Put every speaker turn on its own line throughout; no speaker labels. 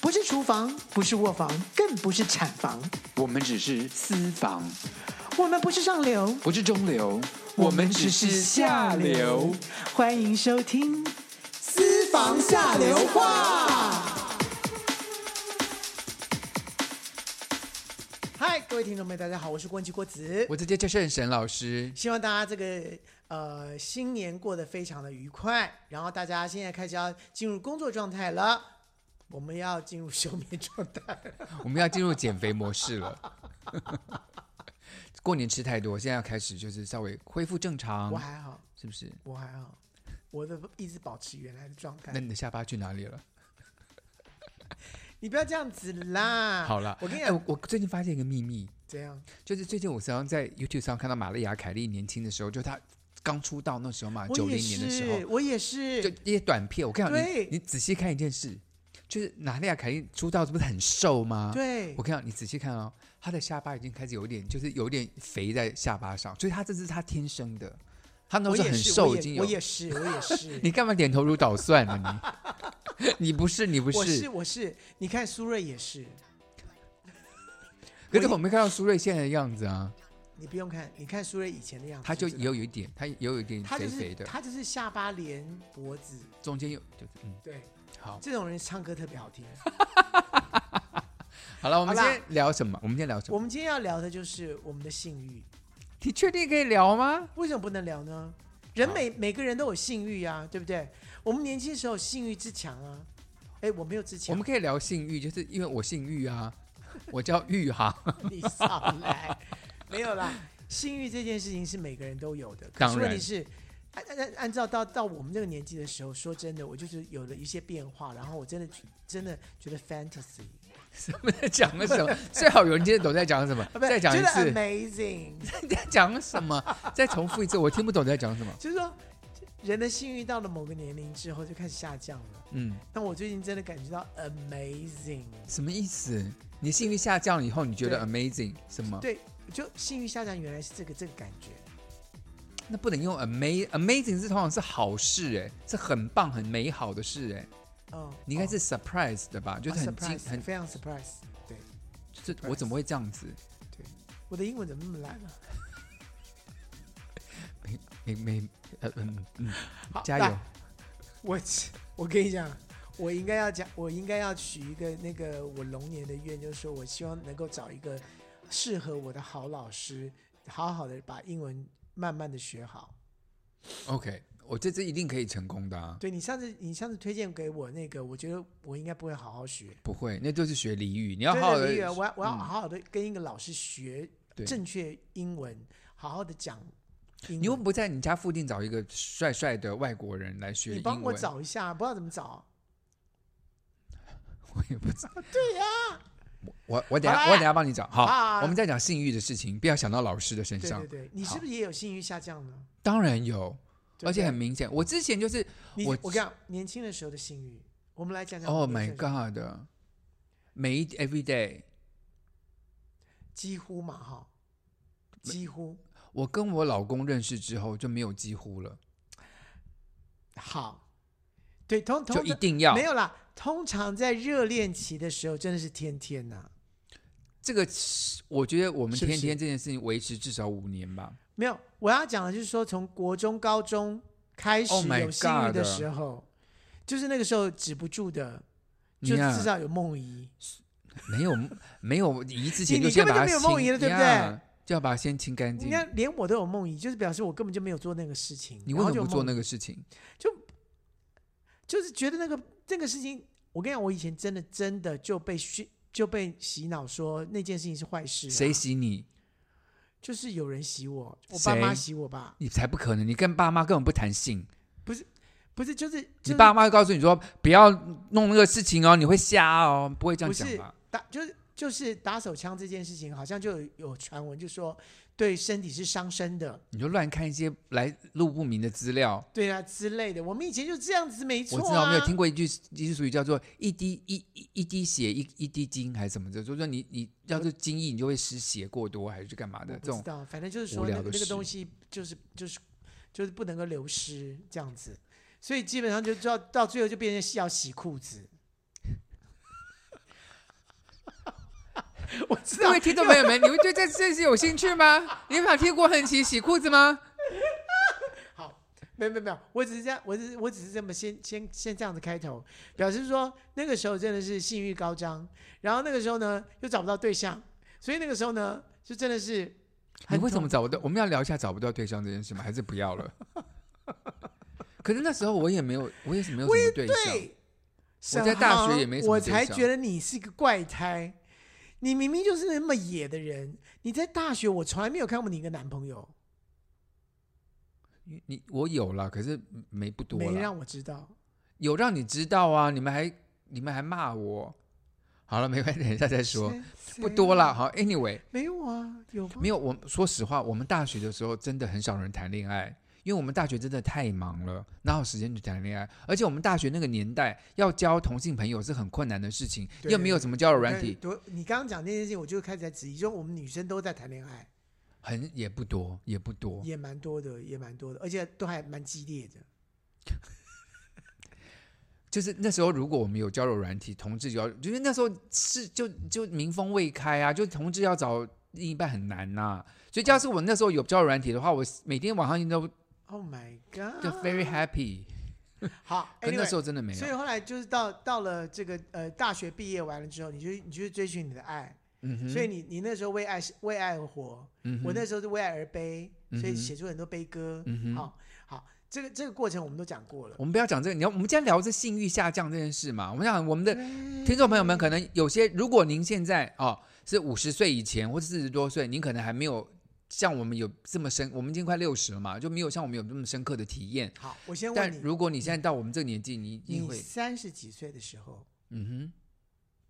不是厨房，不是卧房，更不是产房，
我们只是私房，
我们不是上流，
不是中流，
我
我们只是下流。。
欢迎收听《私房下流话》。嗨，各位听众们，大家好，我是郭文琪郭子。
我直接就是沈老师，
希望大家这个呃新年过得非常的愉快，然后大家现在开始要进入工作状态了，我们要进入休眠状态。
我们要进入减肥模式了。 过年吃太多，现在要开始就是稍微恢复正常
我，还好，
是不是？
我还好，我的一直保持原来的状态
那。你的下巴去哪里了？
你不要这样子啦。
好了，
我跟你
哎
讲，
我最近发现一个秘密，
怎样？
就是最近我常常在 YouTube 上看到玛丽亚·凯莉年轻的时候，就她刚出道那时候嘛，
我
九
也
零年的时候
是，，我也，
就是一些短片。我跟你讲，你
对
你仔细看一件事，就是玛丽亚·凯莉出道不是很瘦吗？
对
我，跟你讲，你仔细看哦，她的下巴已经开始有点，就是有点肥在下巴上，所以她这是她天生的。她那
我
时候
也
很
是，
瘦，
我
已
也
经
我
有。
也是，我也是。
你干嘛点头如捣蒜啊你？ 你不是你不
我
是，
我是，你看苏芮也是，
可是
我
我没看到苏芮现在的样子啊，
你不用看，你看苏芮以前的样子，
她就
知道
也有一点，她也有一点
她
肥
就
肥
是
的，
她就是下巴连脖子，
中间有就是嗯
对，
好。
这种人唱歌特别 好听。
好了，我们今
好啦
天聊什么？我们今天聊什
我
么？
们今天要聊的就是我们的性欲，
你确定可以聊吗？
为什么不能聊呢？人每每个人都有性欲啊，对不对？我们年轻时候性欲之强啊，哎，我没有之
我
强
们，可以聊性欲，就是因为我姓玉啊，我叫玉哈。
你少来，没有啦。性欲这件事情是每个人都有的，可
当
是
然
问题是，按按按按照到到我们这个年纪的时候，说真的，我就是有了一些变化，然后我真的真的觉得 fantasy，
我们在讲 什么？最好有人听得懂在讲什么
啊。不是
再讲一
觉得
次，
amazing，
在讲 什么？再重复一次，我听不懂你在讲什么。
就是说人的性欲到了某个年龄之后就开始下降了。
嗯，
但我最近真的感觉到 amazing，
什么意思？你性欲下降了以后，你觉得 amazing 什么？
对，就性欲下降原来是这个这个感觉，
那不能用 amazing amazing 是通常是好事哎、是很棒很美好的事哎、
嗯，
你应该
哦
是 surprise 的吧？就是
啊
很惊、
surprise，
很，
非常 surprise，对，
就是我怎么会这样子？
我的英文怎么那么烂 啊？
没没呃嗯嗯，
好
加油
来！我我跟你讲，我应该要讲，我应该要许一个那个我龙年的愿，就是说我希望能够找一个适合我的好老师，好好的把英文慢慢的学好。
OK，我这次一定可以成功的啊！
对你上次你上次推荐给我那个，我觉得我应该不会好好学。
不会，那就是学俚语，你要
对
好好
对李宇儿
的。
我要我要
嗯
好好的跟一个老师学
对，
正确英文，好好的讲英
你又
文。
不在你家附近找一个帅帅的外国人来学
你
英
帮
文，
我找一下，不知道怎么找。
我也不知道。
对呀、
我我等下
好
我
啦
等下帮你找。
好
好，
好好
我们再讲性欲的事情，不要想到老师的身
对
上。
对对，你是不是也有性欲下降呢？
当然有，
对不
而且
对
很明显。我之前就是
你
我
我跟你讲，年轻的时候的性欲，我们来讲呃讲。
Oh my God，每一 every day，
几乎嘛哈，几乎
我跟我老公认识之后就没有几乎了，
好，对，通通
就一定要
没有啦。通常在热恋期的时候，真的是天天呐、
这个。我觉得我们
是不
天
是
天这件事情维持至少五年吧。
没有，我要讲的就是说，从国中、高中开始
Oh my
有性欲
God
的时候就是那个时候止不住的，
你
就
呀
至少有梦遗。
没有没有姨之前
你
就
你
先
根本
把
就
它
没有
清
梦遗了对不对
呀就要把它先清干
你
净。
看，连我都有梦遗，就是表示我根本就没有做那个事情。
你为什么不做
呢？
那个事情？
就是觉得那个这个事情，我跟你讲，我以前真的真的就被训就被洗脑说那件事情是坏事、啊。
谁？洗你？
就是有人洗我，我
谁
爸妈洗我吧？
你才不可能！你跟爸妈根本不谈性，
不是，就是、就是、
你爸妈会告诉你说不要弄那个事情哦，你会瞎哦，不会这样
不
讲
是
吧？
打就是就是打手枪这件事情，好像就有有传闻就说对身体是伤身的，
你就乱看一些来路不明的资料。
对啊之类的。我们以前就这样子，没错、
我
啊。
知道我们有听过一句一句俗语叫做“一滴一一一滴血一一滴精”还是什么的，就是说你你要是精液，你就会失血过多还是干嘛
我
的这
不知
种。
道，反正就是
无
说
聊
那个
的
那个
事
东西就是就是就是不能够流失这样子，所以基本上就到到最后就变成要洗裤子。 我知
各
道
位，听众朋友们，你们对这这些有兴趣吗？ 你们想听郭恒奇洗裤子吗？
好，没有没有没有，我只是这样，我只是我只是这么先先先这样子开头，表示说那个时候真的是性欲高涨，然后那个时候呢又找不到对象，所以那个时候呢就真的是
你
很
为什
痛
么找不到？我们要聊一下找不到对象这件事吗？还是不要了？ 可是那时候我也没有，我也是没有什么对象。
对，沈
我在大学
航
也没什么
我
对
才
象
觉得你是个怪胎。你明明就是那么野的人，你在大学我从来没有看过你一个男朋友，
你你我有啦，可是没不多
没
啦。
让我知道。
有让你知道啊？你们还你们还骂我？好了，没关系，等一下再说。
谁
不多
谁
啦。，
啊
好，anyway，
没有啊，有吗？
没有。我说实话，我们大学的时候真的很少人谈恋爱，因为我们大学真的太忙了，哪有时间去谈恋爱？而且我们大学那个年代要交同性朋友是很困难的事情，
对
又没有什么交友
我
软
看
体，
多，你刚刚讲那件事情，我就开始在质疑，就我们女生都在谈恋爱，
很也不多，也不多。
也蛮多的，也蛮多的，而且都还蛮激烈的。
就是那时候，如果我们有交友软体，同志交，就是那时候是就就民风未开啊，就同志要找另一半很难呐、所以，要是我那时候有交友软体的话，我每天晚上都
Oh my god！
就 very happy。
好
可那时
候
候真的没
所
有
以，后来就是到到了这个呃大学毕业完了之后，你就你就去追寻你的爱，
嗯哼，
所以你你那时候为爱是为爱而活，
嗯哼
我那时候是为爱而悲，所以
嗯哼
写出很多悲歌。
嗯哼
好好，这个这个过程我们都讲过了。
我们不要讲这个，你要我们今天聊这性欲下降这件事嘛。我们讲我们的听众朋友们，可能有些，如果您现在哦是五十岁以前或者四十多岁，您可能还没有像我们有这么深，我们已经快六十了嘛，就没有像我们有这么深刻的体验。
好，我先
但
问你，
如果你现在到我们这个年纪，你一定
你
会，
三十几岁的时候，
嗯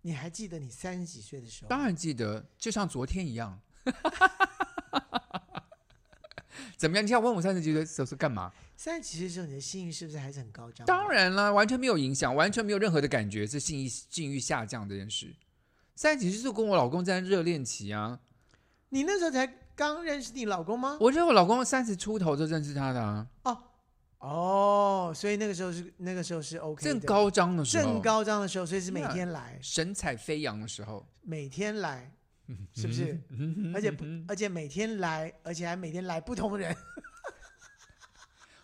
你还记得你三十几岁的时
哼，
候？
当然记得，就像昨天一样。 怎么样？你想问我三十几岁的时候是干嘛？
三十几岁的时候，你的性欲是不是还是很高涨？
当，然啦，完全没有影响，完全没有任何的感觉，是性欲性欲下降这件事。三十几岁就跟我老公在热恋期啊，
你那时候才刚认识你老公吗？
我认为我老公三十出头就认识他的啊，
哦，所以那个时候是那个时候是 OK 的
正高涨的时候，
正高涨的时候，所以是每
那
天来，
神采飞扬的时候，
每天 来，是不是？
嗯哼
而且不，而且每天来，而且还每天来不同人。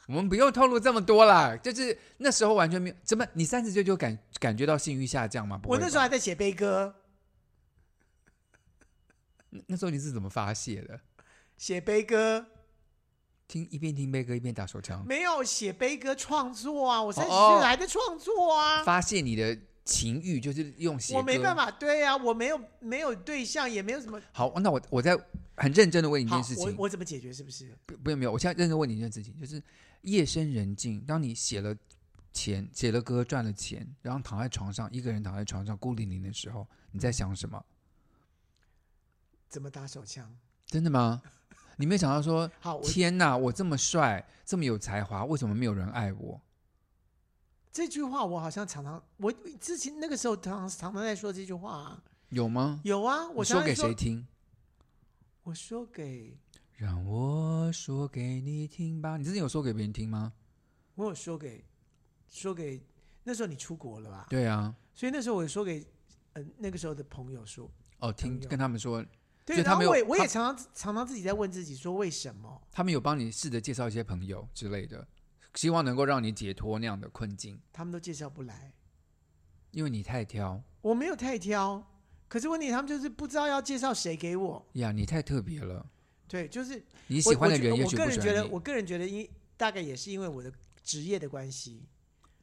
我们不用透露这么多啦，就是那时候完全没有。怎么？你三十岁就感感觉到性欲下降吗？不
我
会吧
那时候还在写悲歌，
那那时候你是怎么发泄的？
写悲歌
听一边听悲歌一边打手枪，
没有写悲歌创作啊，我三十
哦
岁了还在创作啊，
发泄你的情欲就是用哦写歌。
我没办。法，对啊，我没有没有对象，也没有什么。
好，那我我再很认真的问你一
好
件事，
我
情，
我怎么解决？是不是？
不不用没有，我现在认真问你一件事情，就是夜深人静，当你写了钱、写了歌、赚了钱，然后躺在床上一个人躺在床上孤零零的时候，你在想什么？
怎么打手枪？
真的吗？你没有想到说
好，我
天哪，我这么帅，这么有才华，为什么没有人爱我？
这句话我好像常常，我之前那个时候常常常在说这句话、啊，
有吗？
有啊，我
你
常
说
常
给
说
谁听？
我说给
让我说给你听吧。你之前有说给别人听吗？
我有说给说给那时候你出国了吧？
对啊，
所以那时候我有说给呃那个时候的朋友说，
哦，听
朋友
跟他们说，
对，
所以他
然后
没有
我也我也
他
常常常常自己在问自己说为什么？
他们有帮你试着介绍一些朋友之类的，希望能够让你解脱那样的困境，
他们都介绍不来，
因为你太挑
我没有太挑，可是问题他们就是不知道要介绍谁给我。
呀，你太特别了。
对，就是
你
我
喜欢的
我觉
人也
我
许
个
不
人
喜
觉得，
欢你
我。个人觉得因大概也是因为我的职业的关系，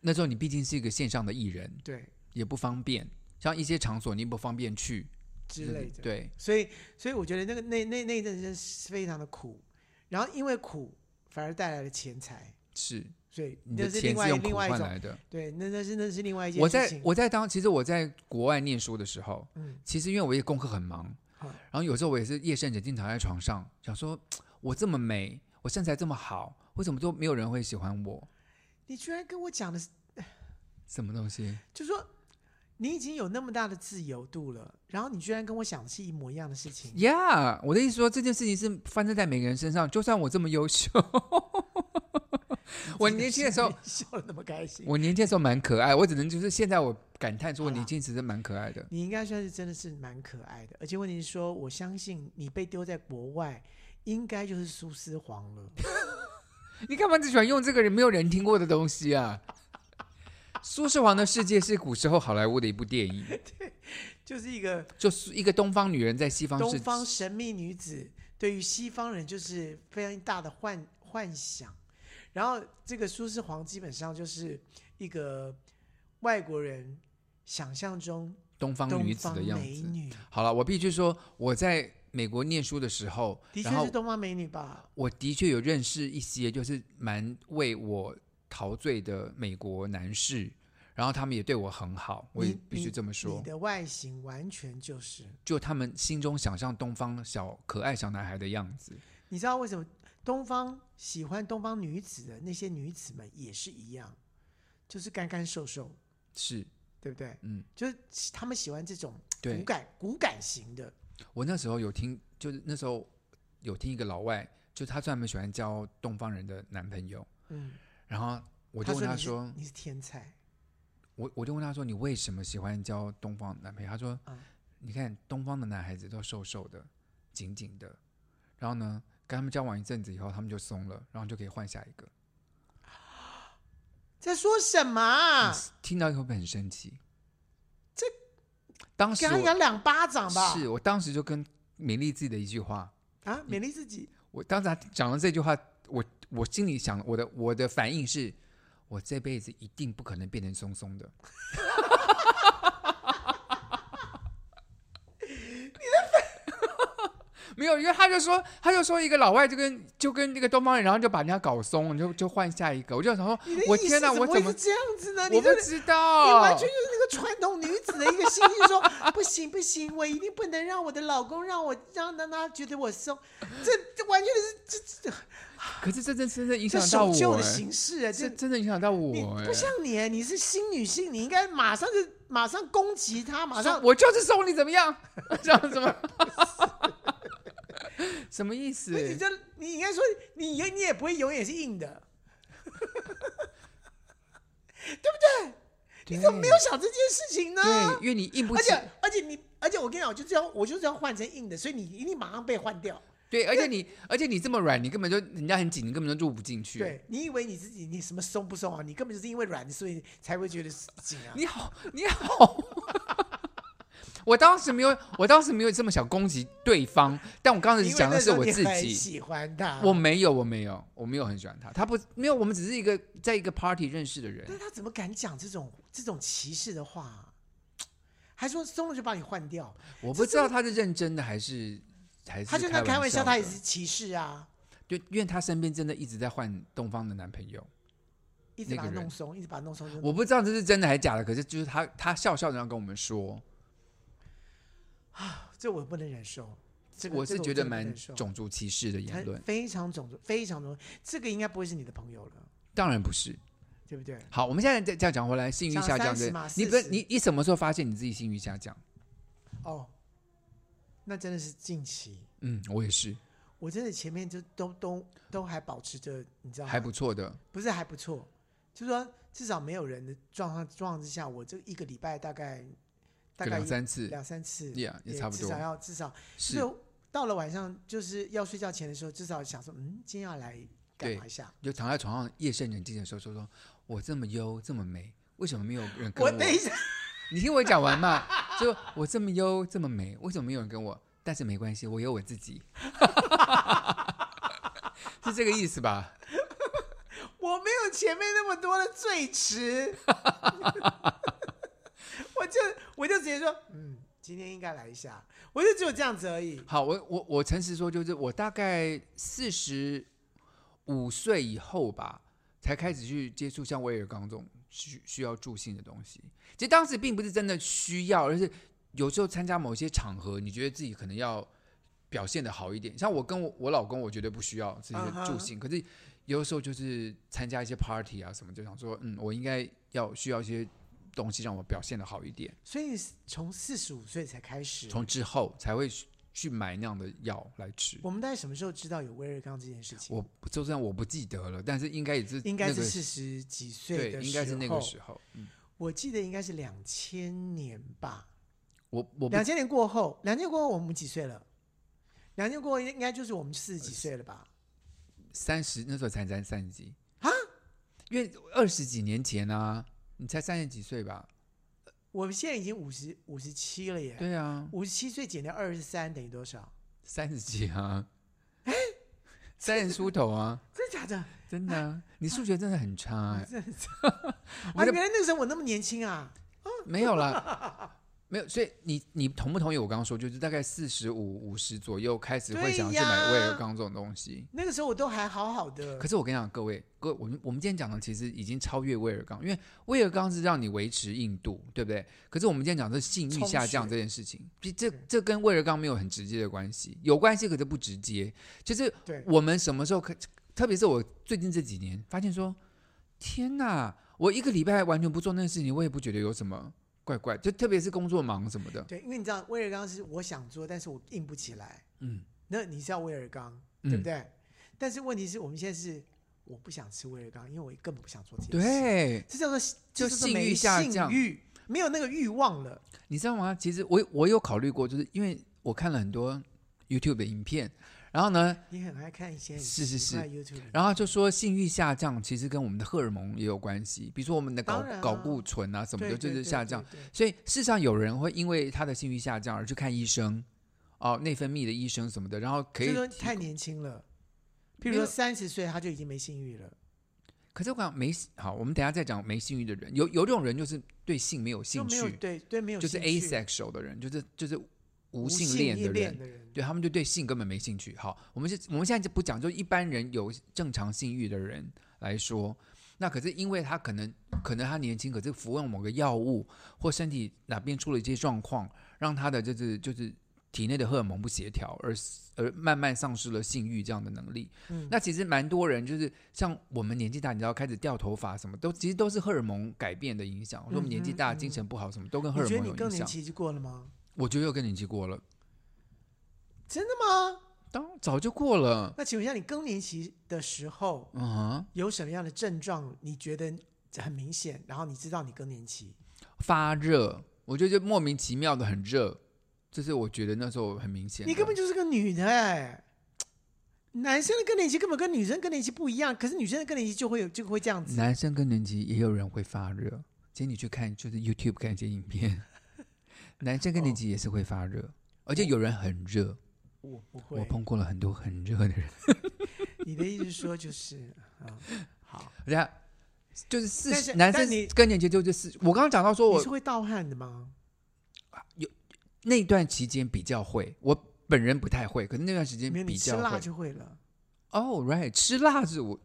那时候你毕竟是一个线上的艺人，
对
也不方便，像一些场所你也不方便去
之
就是
类的。
对，
所以所以我觉得那个那那那一阵真是非常的苦，然后因为苦反而带来了钱财，
是
所以
你
那
的
是另
钱是
外
用苦
另外一
换
种
来的。
对，那那是那是另外一件
我
事
在
情。
我在当，其实我在国外念书的时候，
嗯
其实因为我也功课很忙，
嗯
然后有时候我也是夜深人静躺在床上，想说我这么美，我身材这么好，为什么都没有人会喜欢我？
你居然跟我讲的是，
什么东西？
就说你已经有那么大的自由度了，然后你居然跟我想的是一模一样的事情。
呀、我的意思说这件事情是发生在每个人身上，就算我这么优 秀， 我年轻的时候，
笑的那么开心，
我年轻的时候蛮可爱，我只能就是现在我感叹说
好
我
啦
年轻时真蛮可爱的。
你应该算是真的是蛮可爱的，而且问题是说，我相信你被丢在国外，应该就是苏丝黄了。
你干嘛只喜欢用这个人没有人听过的东西啊？ 苏轼黄的世界是古时候好莱坞的一部电影，
就是一个
就是一个东方女人在西方世
东方神秘女子，对于西方人就是非常大的幻幻想。然后这个苏轼黄基本上就是一个外国人想象中
东方
东
女子
方
的样
美
子。
女，
好了，我必须说，我在美国念书的时候，
的
然
确
后
是东方美女吧？
我的确有认识一些，就是蛮为我陶醉的美国男士，然后他们也对我很好，我也
你
必须这么
你
说。
的外形完全就是，
就他们心中想象东方小可爱小男孩的样子，
你知道为什么东方喜欢东方女子的那些女子们也是一样，就是干干瘦瘦，
是
对不对？
嗯，
就是他们喜欢这种
对
骨感骨感型的。
我那时候有听，就是那时候有听一个老外，就他专门喜欢交东方人的男朋友，
嗯，
然后我就问他
你是
说，
你是天才，
我我就问他说，你为什么喜欢交东方男朋友？他说，
嗯
你看东方的男孩子都瘦瘦的、紧紧的，然后呢，跟他们交往一阵子以后，他们就松了，然后就可以换下一个。
在说什么啊？
听到以后会很生气。这当时
给他
我
两两巴掌吧！
是我当时就跟勉励自己的一句话，
啊，勉励自己，
我当时他讲了这句话，我我心里想，我的我的反应是，我这辈子一定不可能变成松松的。 没有，因为他就说，他就说一个老外就跟就跟那个东方人，然后就把人家搞松，就就换下一个。我就想说
你的，
我
意识
天哪，
怎
我
么会
怎么
是这样子呢？
我
你
不
这
知
你
道
完？全就是那个传统女子的一个心性，说不行不行，我一定不能让我的老公让我让让他觉得我松，这这完全是这这
可是这真真的影
这
响到
守旧
我、
的
欸，
形式啊！这
这真的影响到
你
我、欸。
不像你，你是新女性，你应该马上就马上攻击他，马
说
上
我就是送你怎么样？ 这样子吗？什么意
不是你
思？
这你应该说你也你也不会永远是硬的，
你
你怎么没有想这件事情呢？
对，因为你硬不
而
起，
且而且你而且我跟你讲，我就是要我就是要换成硬的，所以你一定马上被换掉。
对，而且你而且你这么软，你根本就人家很紧，你根本就入不进去。，
对你以为你自己你什么松不松啊？你根本就是因为软，所以才会觉得紧 啊。
你好，你好。 我当时没有，我当时没有这么想攻击对方，但我刚才
因为
讲的
那
是
时候
我
你
自
很
己。啊
喜欢他，
我没有，我没有，我没有很喜欢他。他不没有，我们只是一个在一个 party 认识的人
但。他怎么敢讲这种这种歧视的话、啊？还说松了就把你换掉，
我不知道他是认真的还是还是
他就算开玩笑，
的
他也是歧视啊，
就因为她身边真的一直在换东方的男朋友，
一直
那
把
个
他
人
弄松，一直把他弄松。
我不知道这是真的还是假的，可是就是她她笑笑的要跟我们说，
这我不能忍受，这个
我
这
是
个
觉
真的
得
不
蛮
能受
种族歧视的言
很
论，
非常种族，非常种族，这个应该不会是你的朋友了，
当然不是。
对不对？
好，我们现在再这样讲回来，性欲
讲
下降
30
对
嘛，
你不是
40
你你什么时候发现你自己性欲下降？
哦，那真的是近期，
嗯，我也是，
我真的前面就都都都还保持着，你知道吗？
还不错的。
不是还不错，就是说至少没有人的状况状况之下，我这一个礼拜大概大
个
概
两三次
两三次，
，Yeah，也差不
至
多
少。要至少
是
就，是到了晚上就是要睡觉前的时候，至少想说，嗯，今天要来干嘛一下？
就躺在床上夜深人静的时候，说说我这么优这么美，为什么没有人跟
我
我？
等一下，
你听我讲完嘛，就我这么优这么美，为什么没有人跟我？但是没关系，我有我自己， 是这个意思吧？
我没有前面那么多的最 迟，我就我就直接说，嗯，今天应该来一下，我就只有这样子而已。
好，我我我诚实说，就是我大概四十五岁以后吧，才开始去接触像威尔刚这种需需要助兴的东西。其实当时并不是真的需要，而是有时候参加某些场合，你觉得自己可能要表现的好一点。像我跟我我老公，我绝对不需要这
嗯
些
哼
助兴可是有的时候就是参加一些 party 啊什么，就想说，嗯，我应该要需要一些东西让我表现的好一点。
所以你是从四十五岁才开始，
从之后才会去去买那样的药来吃。
我们大概什么时候知道有威尔刚这件事情？
我就算我不记得了，但是应该也是
应该
那
是
个
四十几岁的时
对，
候，
应该是那个时候。嗯
我记得应该是两千年吧，
我我不
两千年过后，两千年过后我们几岁了？两千年过后应该就是我们四十几岁了吧？
三十那时候才才三十几
啊，
因为二十几年前啊，你才三十几岁吧？
我们现在已经五十五十七了耶，
对啊，
五十七岁减掉二十三等于多少？
三十几啊，
哎
三十出头啊，
真的假的？
真 的、啊，你数学真的很差哎、
真的 假的？
我
啊，
的
原来那个时候我那么年轻啊！
没有啦，没有，所以你你同不同意我刚刚说，就是大概四十五五十左右开始会
对
想要去
呀
买威尔刚这种东西。
那个时候我都还好好的
可，是我跟你讲，各位，各位，我们我们今天讲的其实已经超越威尔刚，因为威尔刚是让你维持硬度，对不对？可是我们今天讲的是性欲
充
下降
血
这件事情，这这
是
这跟威尔刚没有很直接的关系，有关系可是不直接。就是
对
我们什么时候可，特别是我最近这几年发现说，天哪，我一个礼拜完全不做那件事情，我也不觉得有什么怪怪，就特别是工作忙什么的，
对，因为你知道威尔刚是我想做，但是我硬不起来。
嗯，
那你知道威尔刚
嗯
对不对？但是问题是我们现在是我不想吃威尔刚，因为我根本不想做这件事。，
对。
这叫做这叫
就
做
性欲
没
下
性
降
欲没有那个欲望了。
你知道吗？其实我我有考虑过，就是因为我看了很多 YouTube 的影片，然后呢，
你很爱看一些很
是是
奇怪 YouTube，
然后就说性欲下降其实跟我们的荷尔蒙也有关系，比如说我们的睾
当然啊
睾固醇啊什么
对
的，就
对
是
对
下
对
降。
对
所以事实上有人会因为他的性欲下降而去看医生，哦，内分泌的医生什么的，然后可以
就说
提
太年轻了。譬
没
如说
有
三十岁他就已经没性欲了，
可是我讲没好，我们等一下再讲没性欲的人，有有这种人就是对性没有
就
兴
没有
趣，
对对没有
就是 asexual 的人，就是就是无性恋的人
人。。的人
对他们就对性根本没兴趣。好，我们是，我们现在就不讲，就一般人有正常性欲的人来说，那可是因为他可能可能他年轻，可是服用某个药物或身体哪边出了一些状况，让他的就是就是体内的荷尔蒙不协调，而而慢慢丧失了性欲这样的能力。
嗯
那其实蛮多人就是像我们年纪大，你知道开始掉头发什么，都其实都是荷尔蒙改变的影响。我说我们年纪大，
嗯哼
精神不好什么，都跟荷
你
尔
觉得
蒙
你
有
更年
影响。
期就过了吗？
我觉得又更年期过了，
真的吗？
当早就过了。
那请问一下，你更年期的时候
嗯哼。
有什么样的症状？你觉得很明显，然后你知道你更年期，
发热，我觉得就莫名其妙的很热，这是我觉得那时候很明显的。
你根本就是个女的哎、男生的更年期根本跟女生更年期不一样，可是女生的更年期就会有就会这样子。
男生更年期也有人会发热，今天你去看就是 YouTube 看一些影片， 男生更年期也是会发热，而且有人很热，
我不
我
会，
碰过了很多很热的人。
你的意思是说就是啊、好，
人家就是四
但
十
是
男
但你
生更年期就是四，我刚刚讲到说
你
我
是会盗汗的吗？
那段期间比较会，我本人不太会，可是那段时间
没有，你
比
吃
较
辣
会。
就会了，
哦、right，吃辣是我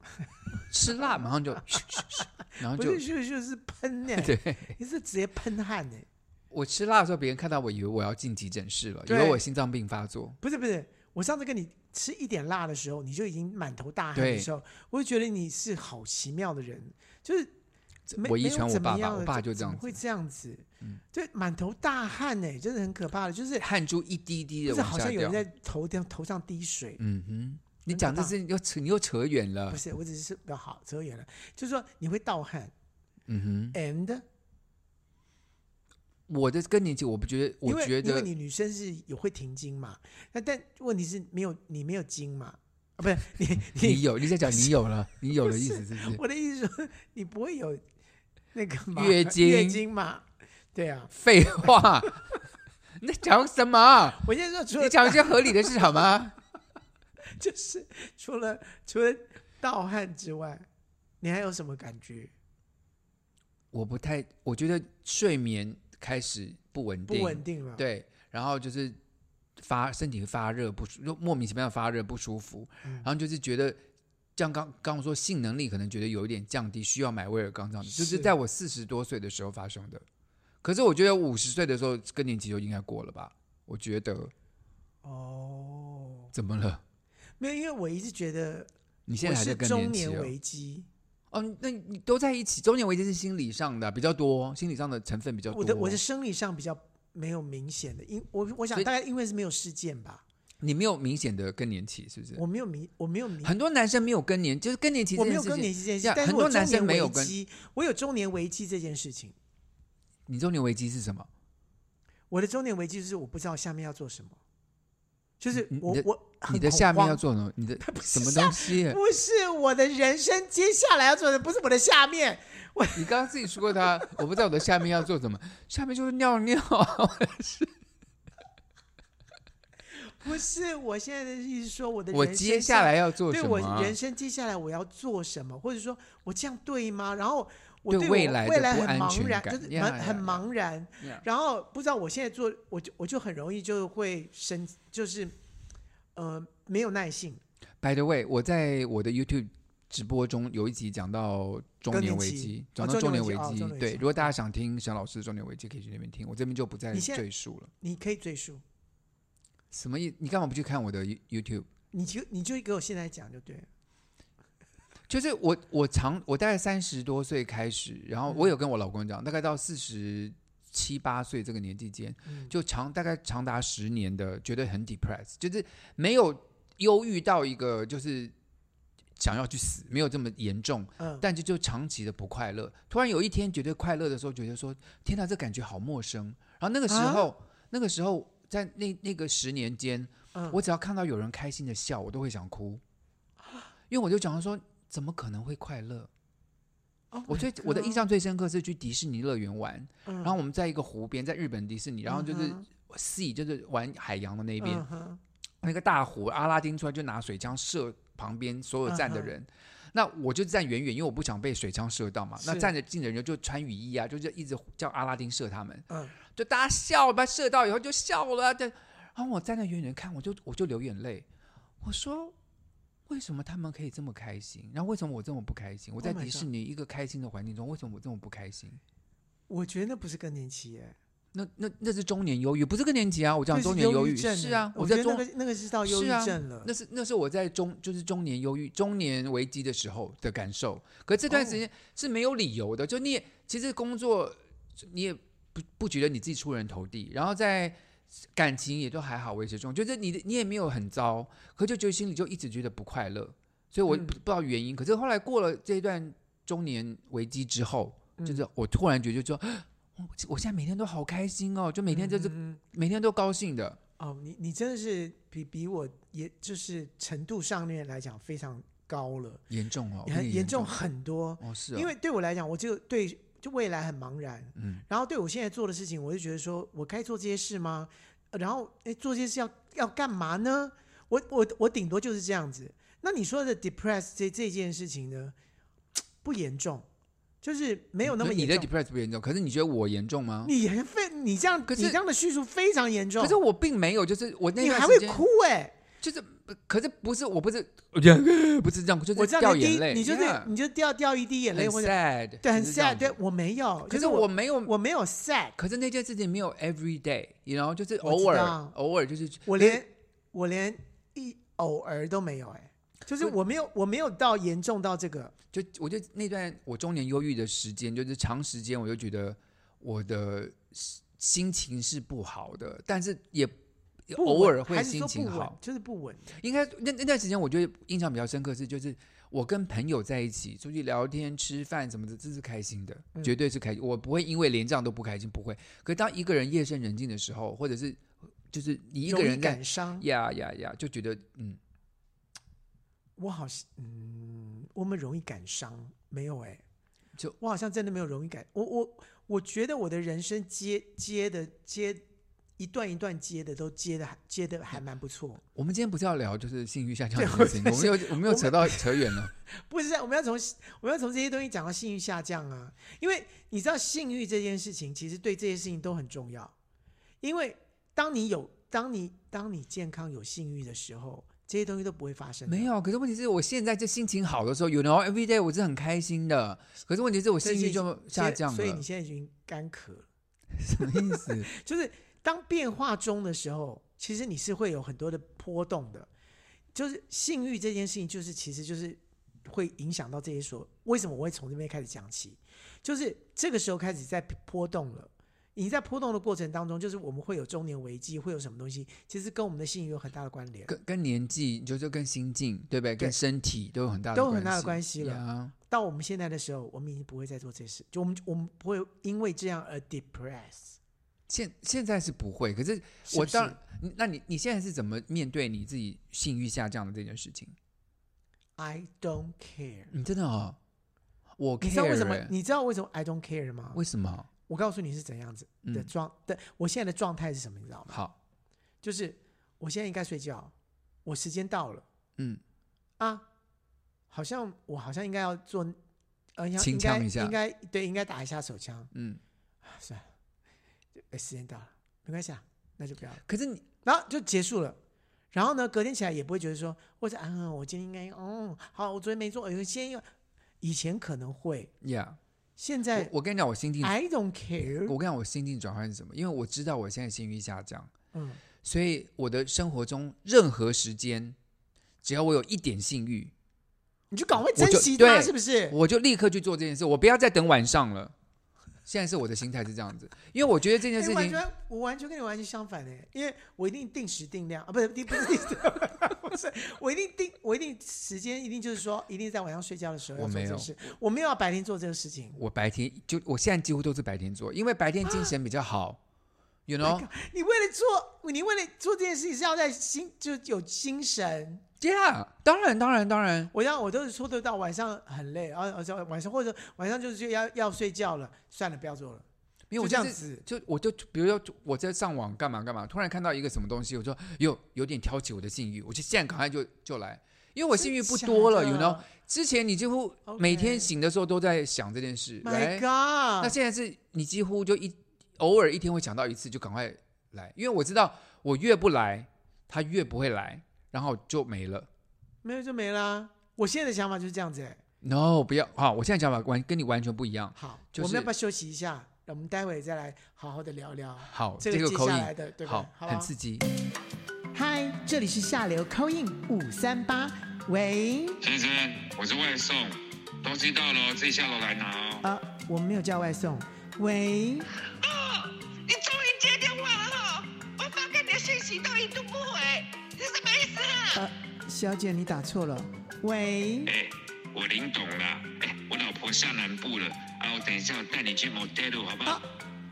吃辣马上就，然后
不
啊就是
就是就是喷呢、
对。
你是直接喷汗呢、哎
我吃辣的时候，别人看到我以为我要进急诊室了，以
对
为我心脏病发作。
不是不是，我上次跟你吃一点辣的时候，你就已经满头大汗的
对
时候，我就觉得你是好奇妙的人，就是没
我遗
没有
传我
怎么
爸爸，
样
我
了
爸
就
就这
怎么会，
样子嗯
这样子，对，满头大汗哎、真的很可怕的， 就是
汗珠一滴一滴
就
的
是
往
好
下
像有
掉
人。在头上头上滴水。
嗯哼，你讲这是又扯，你又扯远了
不。是，我只是比较好扯远了，就是说你会盗汗
嗯
，and
哼，我的更年期，我不觉得，
因
我
为
觉
因为
得
你女生是有会停经嘛，那但问题是没有你没有经嘛，啊，不是你 你
你有，你在讲你有了，你有了意思是不是？
我的意思说，你不会有那个嘛月
月经
经嘛？对啊，
废话，你在讲什么？
我现在说除
你
了
讲一些合理的事好吗？
就是除了除了盗汗之外，你还有什么感觉？
我不太，我觉得睡眠开始不稳
不
定，
稳定了，
对，然后就是发身体发热不舒，就莫名其妙发热不舒服，
嗯
然后就是觉得，像刚刚我说性能力可能觉得有一点降低，需要买威尔刚这样子，就是
是
在我四十多岁的时候发生的。可是我觉得五十岁的时候更年期就应该过了吧？我觉得
哦，
怎么了？
没有，因为我一直觉得
你现
我
在还
是
在更
中
期
年
哦？
危机，
哦，那你都在一起，中年危机是心理上的比较多，心理上的成分比较多。
我的我是生理上比较没有明显的，因我我想
所以
大概因为是没有事件吧，
你没有明显的更年期，是不是？
我没有明我没有明。
很多男生没有更年，就是更年期这
我没
件
有
事
更
情
年期这件事，
呀
但是
很多
我中
男生
年
没有
危
更
机，我有中年危机这件事情。
你中年危机是什么？
我的中年危机就是我不知道下面要做什么，就是
你
我
你的
我很
你的下面
恐
要
慌
做什么？ 你的
不是
什么
下
东西？
不是我的人生接下来要做的，不是我的下面，
你刚刚自己说过他，我不知道我的下面要做什么，下面就是尿尿啊。
不是我现在的意思说我的人
我
生
接下来要做
对
什
我
么啊？
人生接下来我要做什么，或者说我这样对吗？然后我
对
对
未
我
来
未
的
来
不
很
安
茫
全
然，
感
就是
呀
茫
呀呀
很茫然
Yeah
然后不知道我现在做，我就我就很容易就会生，就是呃没有耐性，
By the way，我在我的 YouTube 直播中有一集讲到中
更
年
年
危
期
机，
哦
讲到中
中
年
年
危
危机哦
机。
中年危
对，
机
如果大家想听沈老师的中年危机，可以去那边听，我这边就不再
你现在
赘述了。
你可以赘述，
什么意？你干嘛不去看我的 You- YouTube？
你就你就给我现在讲就对了。
就是我，我长我大概三十多岁开始，然后我有跟我老公讲，大概到四十七八岁这个年纪间，
嗯
就长大概长达十年的，觉得很 depressed，就是没有忧郁到一个就是想要去死，没有这么严重，
嗯，
但就就长期的不快乐。突然有一天觉得快乐的时候，觉得说天哪，这感觉好陌生。然后那个时候，
啊
那个时候在那那个十年间，
嗯
我只要看到有人开心的笑，我都会想哭，因为我就讲说，怎么可能会快乐？
Oh
我
my
最我的印
God
象最深刻是去迪士尼乐园玩，
嗯，
然后我们在一个湖边，在日本迪士尼，然后就是
嗯
sea 就是玩海洋的那边，
嗯哼
那个大湖，阿拉丁出来就拿水枪射旁边所有站
嗯
的人。那我就站远远，因为我不想被水枪射到嘛。
是
那站着近的人就穿雨衣啊，就是一直叫阿拉丁射他们，
嗯
就大家笑吧，射到以后就笑了。啊就然后我站在远远看，我就我就流眼泪。我说，为什么他们可以这么开心？然后为什么我这么不开心？我在
Oh my
迪士尼一个开心的环境中，为什么我这么不开心？
我觉得那不是更年期耶，
那那那是中年忧郁，不是更年期啊！我讲
这
中
是
年忧
郁症
是
耶
啊，
我
在
觉得
中
那个那个是到忧
是
郁
啊
症了。
那是那是我在中就是中年忧郁、中年危机的时候的感受。可这段
哦
时间是没有理由的，就你也其实工作你也不不觉得你自己出人头地，然后在感情也都还好维持中，就是你的你也没有很糟，可就觉得心里就一直觉得不快乐。所以我
嗯
不知道原因，可是后来过了这一段中年危机之后，
嗯
就是我突然觉得就说，我我现在每天都好开心哦，就每天就是、
嗯嗯
每天都高兴的。
哦，你你真的是比比我也就是程度上面来讲非常高了，
严重哦，
很
更
严
重
重很多。
哦，是哦，
因为对我来讲，我就对就未来很茫然，
嗯，
然后对我现在做的事情，我就觉得说我该做这些事吗？呃然后哎，做这些事要要干嘛呢？我我我顶多就是这样子。那你说的 depressed 这这件事情呢，不严重，就是没有那么
你
严
的
重。
depressed 不严重，可是你觉得我严重吗？
你很非你这样，
可是
你这样的叙述非常严重，
可是我并没有，就是我那
你
段
还
时
会
间
哭哎、
就是，可是不是我不是 不是这样，就是
我知道
掉
你第
眼
一
泪，
你就是
yeah，
你就掉掉一滴眼泪，或
很
者
sad，
对很
就是这样
sad，
子
对我没有，
可
就是是
我没有，
我没有 sad，
可是那件事情没有 every day，然后就是
我知
偶尔
道
偶尔就是
我连我连一偶尔都没有哎、就是
我
我没有我没有到严重到这个，
就我就那段我中年忧郁的时间，就是长时间，我就觉得我的心情是不好的，但是也也
不
偶
稳
尔会
还是
心
说
情
不稳
好，，
就是不稳，
应该那那段时间，我觉得印象比较深刻是，就是我跟朋友在一起出去聊天、吃饭什么的，这是开心的，
嗯
绝对是开心。我不会因为连这样都不开心，不会。可当一个人夜深人静的时候，或者是就是你一个
容易
人在
感伤。
呀呀呀，就觉得嗯，
我好像嗯，我们容易感伤，没有哎、
就
我好像真的没有容易感，我我我觉得我的人生接接的接一段一段接的都接的接的还蛮不错，
我们今天不是要聊就是性欲下降
对
这件事
我
情，我们又我们又扯到扯 远了。
不是啊，我们要从我们要从这些东西讲到性欲下降啊，因为你知道性欲这件事情，其实对这些事情都很重要。因为当你有当你当你健康有性欲的时候，这些东西都不会发生的。
没有，可是问题是我现在这心情好的时候，有然后 every day 我是很开心的，可是问题是我性
所
欲
以
就
现
下
在
降
所以
了
你，现在已经干咳了，
什么意思？
就是当变化中的时候，其实你是会有很多的波动的。就是性欲这件事情，就是其实就是会影响到这些所。为什么我会从这边开始讲起？就是这个时候开始在波动了，你在波动的过程当中，就是我们会有中年危机，会有什么东西，其实跟我们的性欲有很大的关联，
跟跟年纪，就是跟心境，对不对？
对
跟身体都有很大的
都有很大的关系了
呀
到我们现在的时候，我们已经不会再做这事，就我们我们不会因为这样而 depress。
现现在是不会，可是
是
我
不
当
是
你那你你现在是怎么面对你自己性欲下降的这件事情？
I don't care。
你真的哦，我 care，
你知道为什么
欸？
你知道为什么 I don't care 吗？
为什么？
我告诉你是怎样子的
嗯，
状的，我现在的状态是什么？你知道吗？
好，
就是我现在应该睡觉，我时间到了
嗯，
啊，好像我好像应该要做，呃，应该
清唱一下
应该对，应该打一下手枪。
嗯，
啊算了，就哎时间到了，没关系啊，那就不要了。
可是你
然后就结束了。然后呢，隔天起来也不会觉得说，或者啊，嗯我今天应该，嗯，好，我昨天没做，有些以前可能会，
呀、
现
yeah,，
在
我我跟你讲，我心境，
I don't
我
care，
跟你讲，我心境转换是什么？因为我知道我现在性欲下降，
嗯，
所以我的生活中任何时间，只要我有一点性欲，
你就赶快
我
珍
就
惜
对
它，是不是？
我就立刻去做这件事，我不要再等晚上了。现在是我的心态是这样子，因为我觉得这件
哎
事
完
情，
全，我完全跟你完全相反的，因为我一定定时定量啊， 不是定不是定时定量， 不是，我一定定，我一定时间一定就是说，一定在晚上睡觉的时候要
我
做
没
这个
有
事，我没有要白天做这个事情。
我白天就我现在几乎都是白天做，因为白天精神比较好，you
Oh
know，
my God，你为了做，你为了做这件事情是要在心就有精神。
yeah，当然当然当然，
我让我都是说得到晚上很累，啊，而且晚上或者晚上就是要要睡觉了，算了，不要做了，
因
就
为我
这
就
样
是
子。
就我就比如说我在上网干嘛干嘛，突然看到一个什么东西，我就有有点挑起我的性欲，我就现在赶快就就来，因为我性欲不多了
真
，you
的
know。之前你几乎
OK
每天醒的时候都在想这件事
My
right？那
God，
现在是你几乎就一偶尔一天会想到一次，就赶快来，因为我知道我越不来，他越不会来，然后就没了。
没有就没啦。我现在的想法就是这样子、哎
No，不要好，我现在想法完跟你完全不一样。
好，
就
我
是
们要不要休息一下？我们待会再来好好的聊聊
好，
这
这个
接
口
下
音
来的，对不对？
好，
吧
很刺激。
嗨，这里是下流 c 印五三八，喂，
先生，我是外送，东西到了哦自己下楼来拿哦。
呃，我们没有叫外送，喂。
哦，你终于接电话了哈、我发给你的讯息都一度不回，你什么意思啊？
呃，小姐，你打错了。喂，
哎、我林董啦，哎、我老婆下南部了，啊，我等一下我带你去 motel 好不好？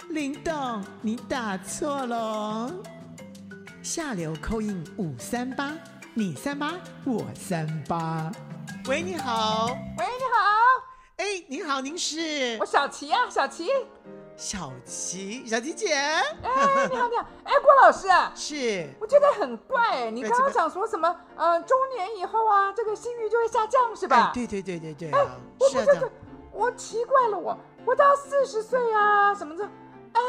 林董，你打错了哦。下流扣印五三八，你三八，我三八。喂，你好。
喂，你好，
哎，您好，您是
我小齐啊，小齐。
小琪，小琪姐
哎，你好，你好。哎，郭老师啊，
是。
我觉得很怪，你
哎
刚刚
怎
讲说什么？呃，中年以后啊，这个性欲就会下降，是
哎
吧，？
对对对对对啊，
哎我
是啊这
不这个
样。，
我奇怪了我，我到四十岁啊，什么的，哎，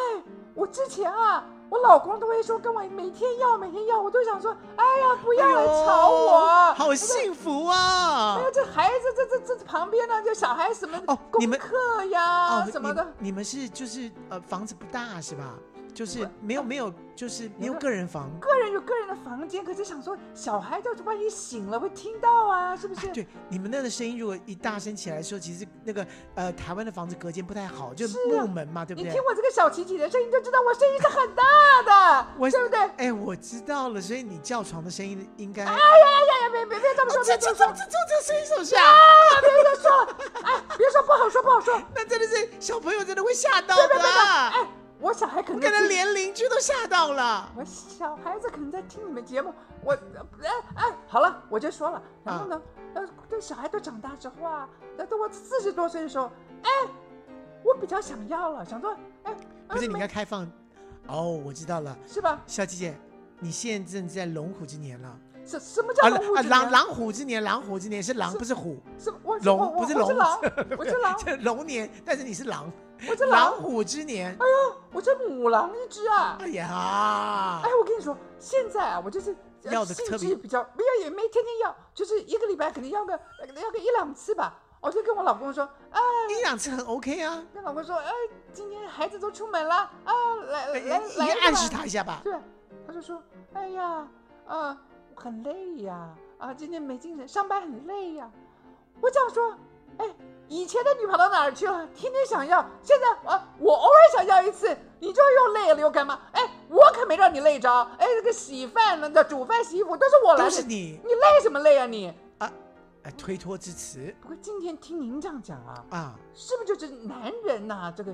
我之前啊，我老公都会说跟我每天要每天要，我都想说，哎呀，不要来吵
哎
我
呦，好幸福啊
哎呀，！这孩子这这这旁边呢，就小孩什么
哦你
功
们
课呀
哦，
啊什么的，
你你们是就是呃房子不大是吧？就是没有没有就是没有个人房。
个人有个人的房间，可是想说小孩就是万一醒了会听到啊，是不是？
啊、对，你们那个声音如果一大声起来的时候，其实那个呃台湾的房子隔间不太好，就是木
啊
门嘛，对不
你
对
听？我这个小琪琪的声音就知道我声音是很大的，
我
对不对？哎
哎，我知道了，所以你叫床的声音应该。
呀呀，别别别这么说，啊别
这
这
这
么
这
说，
这这声音手下，
别别说了，哎，别说不好说不好说，
那真的是小朋友真的会吓到
别
的
别别，
啊。
哎，我小孩可
我
能
可能
听
连邻居都吓到了。
我小孩子可能在听你们节目，我哎哎，好了，我就说了。然后呢，呃，这小孩都长大之后啊，等等我四十多岁的时候，哎，我比较想要了，想说，哎，
不是，
嗯
你应该开放。哦，我知道了，
是吧？
小姐姐，你现在正在龙虎之年了。
什什么叫
啊
龙虎
啊，
之
狼
年？
狼虎之年，狼虎之年是狼，
是
不是虎。
什么？我
龙
我我
不是
我是
龙
狼，我是狼，
这 龙年，但是你是狼，
我是
狼
狼，
虎之年。
哎呦，我是母狼一只啊！
哎呀
哎，，我跟你说，现在啊，我就是呃
要得
兴
特别
致比较没有，也没天天要，就是一个礼拜可能要个呃要个一两次吧。我就跟我老公说，哎。
一两次很 OK 啊，
跟老公说，哎，今天孩子都出门了，啊，来
哎
来
也
来
也
来吧，
暗示他一下吧。
对，他就说，哎呀，啊，我很累呀，啊，今天没精神，上班很累呀。我这样说，哎，以前的你跑到哪儿去了？天天想要，现在啊，我偶尔想要一次，你就又累了又干嘛？哎，我可没让你累着。哎，这个洗饭呢、煮饭、洗衣服都是我来
都
的，
是你
你累什么累啊你？
啊，哎，推脱之词
不过今天听您这样讲啊，
啊，
是不是就是男人呐、这个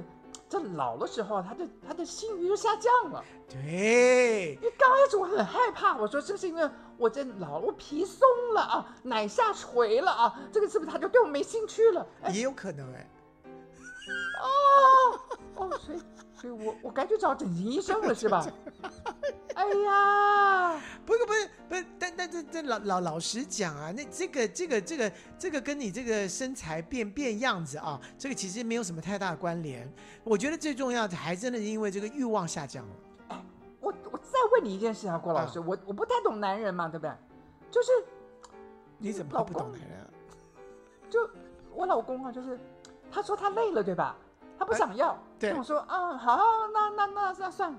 这老的时候啊，他的他的性欲就下降了。
对，
因为刚开始我很害怕，我说这是因为我这老了，我皮松了啊，奶下垂了啊，这个是不是他就对我没兴趣了？哎
也有可能哎，
哦，所以所以我我该去找整形医生了是吧？ 哎呀，
不是不是不是，但但这这老老老实讲啊，那这个这个这个这个跟你这个身材变变样子啊，这个其实没有什么太大关联。我觉得最重要的还真的是因为这个欲望下降了。
我我再问你一件事啊，郭老师，我我不太懂男人嘛，对不对？就是
你怎么会不懂男人啊？
就我老公啊，就是他说他累了，对吧？他不想要，
哎对
那我说啊，好，那那那那算了，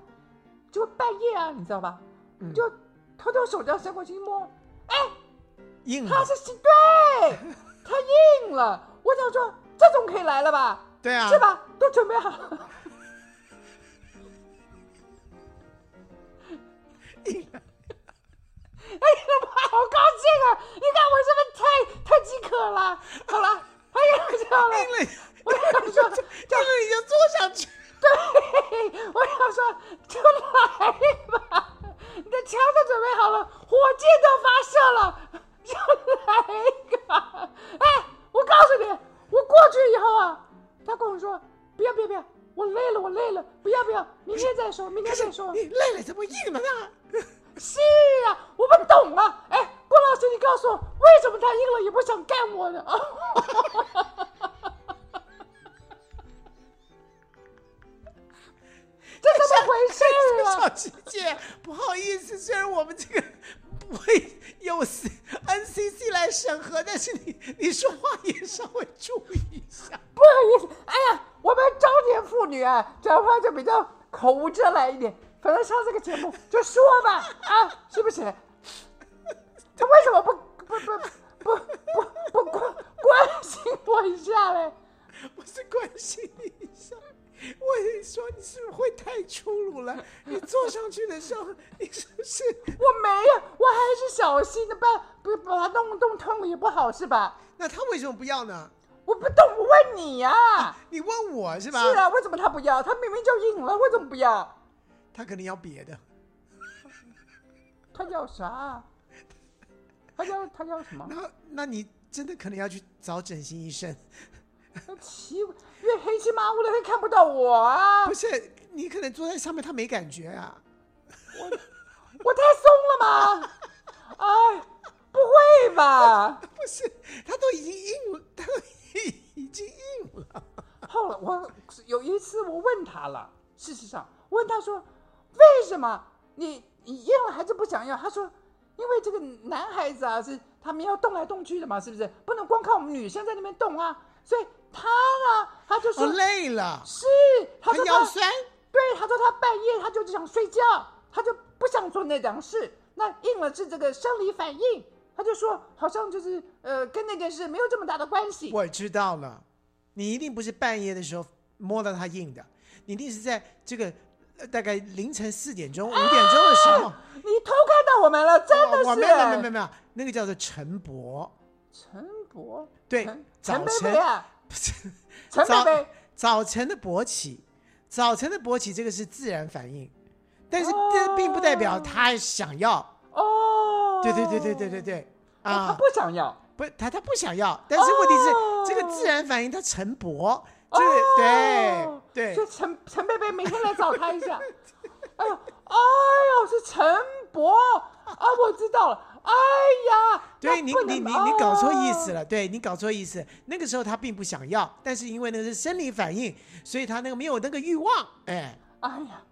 就半夜啊，你知道吧？
嗯
就偷偷手这样伸过去一摸，
硬
他
了，
是新对，他硬了。我想说，这总可以来了吧？
对啊，
是？吧？都准备好了。哎呀妈，好高兴啊！你看我是不是太太饥渴了？好了，哎呀，这样了，
硬了，硬了
我想说，
你就坐下去。
嘿嘿 我想说，就来吧！你的枪都准备好了，火箭都发射了，就来一个！哎，我告诉你，我过去以后啊，他跟我说，不要不要不要，我累了我累了，不要不要，明天再说，明天再说。
你累了怎么硬了呢？
是啊，我不懂啊！哎，郭老师，你告诉我，为什么他硬了也不想干我呢？ 啊，这怎么回事
小
啊？
姐姐，不好意思，虽然我们这个不会有 C NCC 来审核，但是你你说话也稍微注意一下。
不好意思，哎呀，我们中年妇女啊，讲话就比较口无遮拦一点。反正上这个节目就说吧，啊，是不是？他为什么不不不不不不关关心我一下嘞？
我是关心你一下。我也说你是不是会太粗鲁了？你坐上去的时候，你是不是
我没有，我还是小心的把不把它弄弄痛了也不好是吧？
那他为什么不要呢？
我不懂，我问你呀、
你问我 是吧？
是啊，为什么他不要？他明明就赢了，为什么不要？
他可能要别的，
他要啥？他要他要什么？
那那你真的可能要去找整形医生。
他奇怪，因为黑漆麻乌的，他看不到我啊
不！是，你可能坐在上面他没感觉啊。
我太松了吗？ 哎，不会吧？
不是，他都已经硬了，他都已经硬了。
后来我有一次我问他了，事实上我问他说，为什么你你要还是不想要？他说，因为这个男孩子啊是他们要动来动去的嘛，是不是？不能光靠我们女生在那边动啊。所以他呢，他就
我
说、
累了，
是，他
他
说
腰
他
酸。
对，他说他半夜他就只想睡觉，他就不想做那档事。那应了是这个生理反应，他就说好像就是呃跟那件事没有这么大的关系。
我知道了，你一定不是半夜的时候摸到他硬的，你一定是在这个、呃大概凌晨四点 钟、五点钟的时候。哦
你偷看到我们了，真的
我
是。
我没有没有没有没有，那个叫做晨勃，
陈伯，
对
陈
哎早
陈贝
晨
贝啊，
不是
陈 贝
早
贝，
早晨的勃起，早晨的勃起这个是自然反应，但是这并不代表他想要。
哦，
对对对对对对
哦，
对
他
啊
不！想要，
不，他他不想要，但是问题是、
哦
这个自然反应，他晨勃，这个、
哦
对
所
对
以陈陈贝贝每天来找他 一下，哎呦，哎呦，是陈伯啊，我知道了，哎呀，
对，
那
你
不
你
能
你你搞错意思
哦
了，对你搞错意思。那个时候他并不想要，但是因为那个是生理反应，所以他那个没有那个欲望，哎，
哎呀，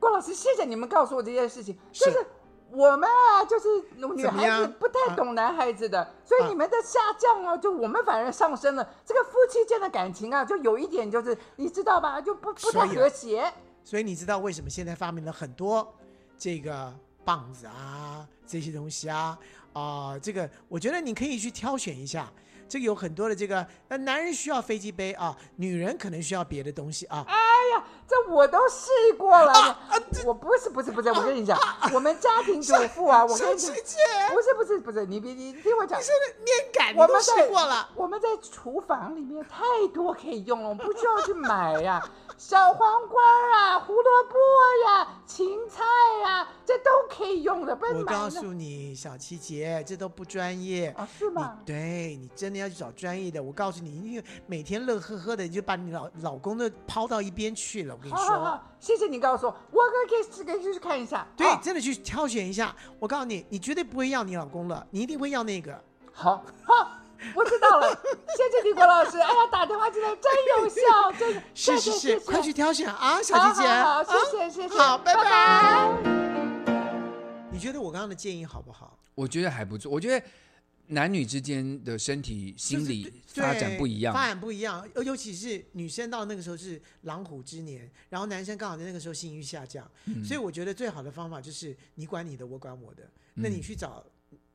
郭老师，谢谢你们告诉我这件事情，
是
就是我们啊，就是女
怎么
孩子
样
不太懂男孩子的，所以
啊
你们的下降哦，就我们反而上升了。这个夫妻间的感情啊，就有一点就是你知道吧，就不不
所
太
以啊
和谐。
所以你知道为什么现在发明了很多这个棒子啊这些东西啊啊、这个我觉得你可以去挑选一下，这个有很多的这个，那男人需要飞机杯啊，女人可能需要别的东西啊。
这我都试过了。我我不是不是不是，我跟你
啊
讲，我们家庭主妇啊，我跟
沈
你
世
讲，
界，
不是不是不是，你别你听我讲，
这个面感你
我们
都试
在
过了。
我们在厨房里面太多可以用了，我们不需要去买呀、 小黄瓜啊，胡萝卜呀、芹菜呀、这都可以用的，不然
我
买
告
呢
诉你，小七姐，这都不专业。
啊，是
你
吗？
对你真的要去找专业的，我告诉你，因为每天乐呵呵的，你就把你老老公都抛到一边去了。我跟你
好好
说，
好，谢谢你告诉我，我可以可以去看一下。
对
啊，
真的去挑选一下。我告诉你，你绝对不会要你老公了，你一定会要那个。
好好，我知 道了，谢谢你郭老师。哎呀，打电话进来真有效， 真
是是
谢谢
是，快去
谢谢
挑选啊，小
好
七姐。
好好，
啊
谢谢谢谢，
好拜
拜拜
你觉得我刚刚的建议好不好？
我觉得还不错。我觉得男女之间的身体、心
就
理
是对
发展不一样，
发展不一样，尤尤其是女生到那个时候是狼虎之年，然后男生刚好在那个时候性欲下降，
嗯
所以我觉得最好的方法就是你管你的，我管我的，那你去找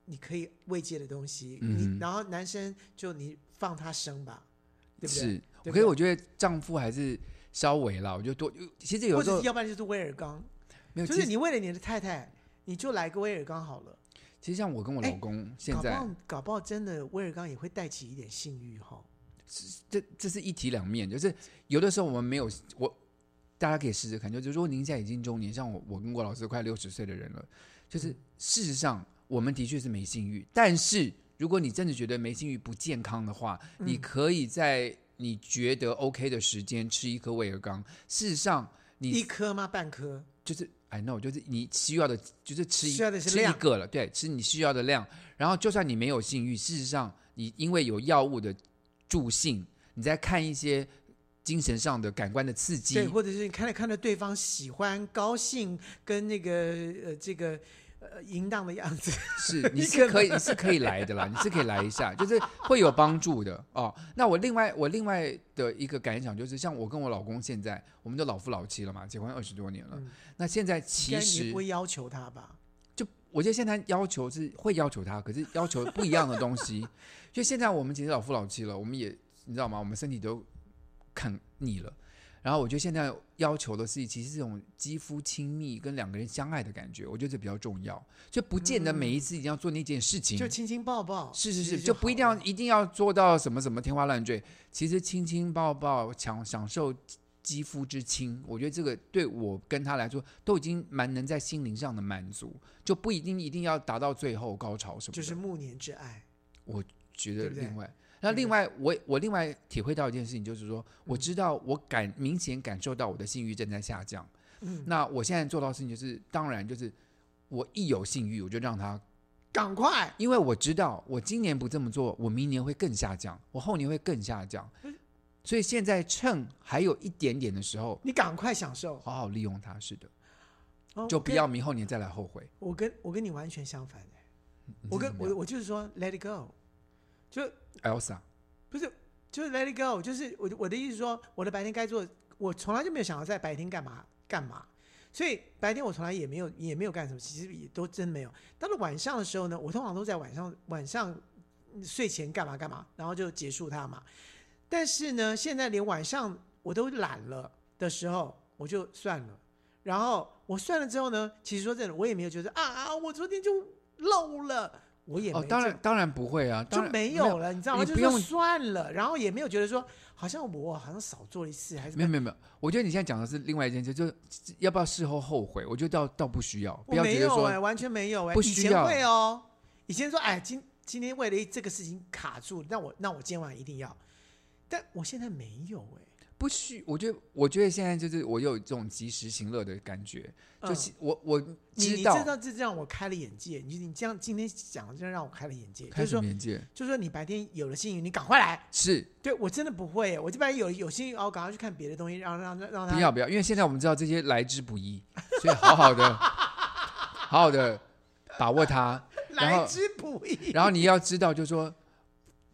你可以慰藉的东西，
嗯
你然后男生就你放他生吧，对不对？
是。
对不
可是
对
我觉得丈夫还是稍微啦，我就多。其实有
或
时
者
候
是要不然就是威尔刚，
没有，
就
其
是
实
你为了你的太太，你就来个威尔刚好了，
其实像我跟我老公
哎
现
搞不
在
好，搞不好真的威尔刚也会带起一点性欲哈。
这这是一体两面，就是有的时候我们没有我，大家可以试试看，就是如果您现在已经中年，像我，我跟郭老师快六十岁的人了，就是事实上我们的确是没性欲，但是如果你真的觉得没性欲不健康的话，你可以在你觉得 OK 的时间吃一颗威尔刚，事实上
一
你
颗吗？半颗？
就是 I know，就是你需要的，就是吃一
需要的是
吃一
量
个了，对，吃你需要的量。然后就算你没有性欲，事实上你因为有药物的助兴，你在看一些精神上的感官的刺激
对，，或者是你看着看着对方喜欢、高兴，跟那个呃这个呃淫荡的样子，
是你是可以你是可以来的啦，你是可以来一下，就是会有帮助的哦。那我另外我另外的一个感想就是，像我跟我老公现在，我们都老夫老妻了嘛，结婚二十多年了。
嗯
那现在
应
其
该你
实
不会要求他吧？
就我觉得现在要求是会要求他，可是要求不一样的东西。 就现在我们其实老夫老妻了，我们也你知道吗？我们身体都看腻了。然后我觉得现在要求的是，其实这种肌肤亲密跟两个人相爱的感觉，我觉得这比较重要。就不见得每一次一定要做那件事情，
就亲亲抱抱，
是是
其实
是，就不一定要
好了
一定要做到什么什么天花乱坠。其实亲亲抱抱，享享受肌肤之亲，我觉得这个对我跟他来说都已经蛮能在心灵上的满足，就不一定一定要达到最后高潮什么的。
就是暮年之爱。
觉
对
得
不对嗯
另外，那另外我我另外体会到一件事情，就是说我知道我感明显感受到我的性欲正在下降。
嗯，
那我现在做到的事情就是，当然就是我一有性欲，我就让他
赶快，
因为我知道我今年不这么做，我明年会更下降，我后年会更下降，
嗯
所以现在趁还有一点点的时候，
你赶快享受，
好好利用它。是的，
哦
就不要。明后年再来后悔。
我跟我跟我跟你完全相反哎我跟我我就是说 let it go，就
Elsa，
不是就是 let it go，就是我我的意思说，我的白天该做，我从来就没有想要在白天干嘛干嘛，所以白天我从来也没有也没有干什么，其实也都真没有。到了晚上的时候呢，我通常都在晚上晚上嗯睡前干嘛干嘛，然后就结束它嘛。但是呢，现在连晚上我都懒了的时候，我就算了。然后我算了之后呢，其实说真的，我也没有觉得啊啊，我昨天就漏了，我也没
哦，当
这
然当然不会啊，
就
当然
没有了，你知道吗？
你
就
不
是说
用
算了，然后也没有觉得说好像我好像少做一次还是
没有没有没有，我觉得你现在讲的是另外一件事，就是要不要事后后悔？我觉得倒倒不需要，
我
不要
没
觉得
有哎、
说
完全没有哎、
不
以
需
前
要
会哦，以前说哎，今今天为了这个事情卡住，那我那我今天晚上一定要，但我现在没有哎、
不需。我觉得我觉得现在就是我有这种及时行乐的感觉，
嗯
就是我我
你
知
你
道
知道这让我开了眼界，你你这样今天讲的真的让我开了眼界，就
开
是
始
说
眼界
就是说你白天有了幸运，你赶快来，
是
对我真的不会、哎我这边有有幸运哦，我赶快去看别的东西，让让让让他
不要不要，因为现在我们知道这些来之不易， 所以好好的好好的把 握它。然
来
后
之不易，
然后你要知道，就是说，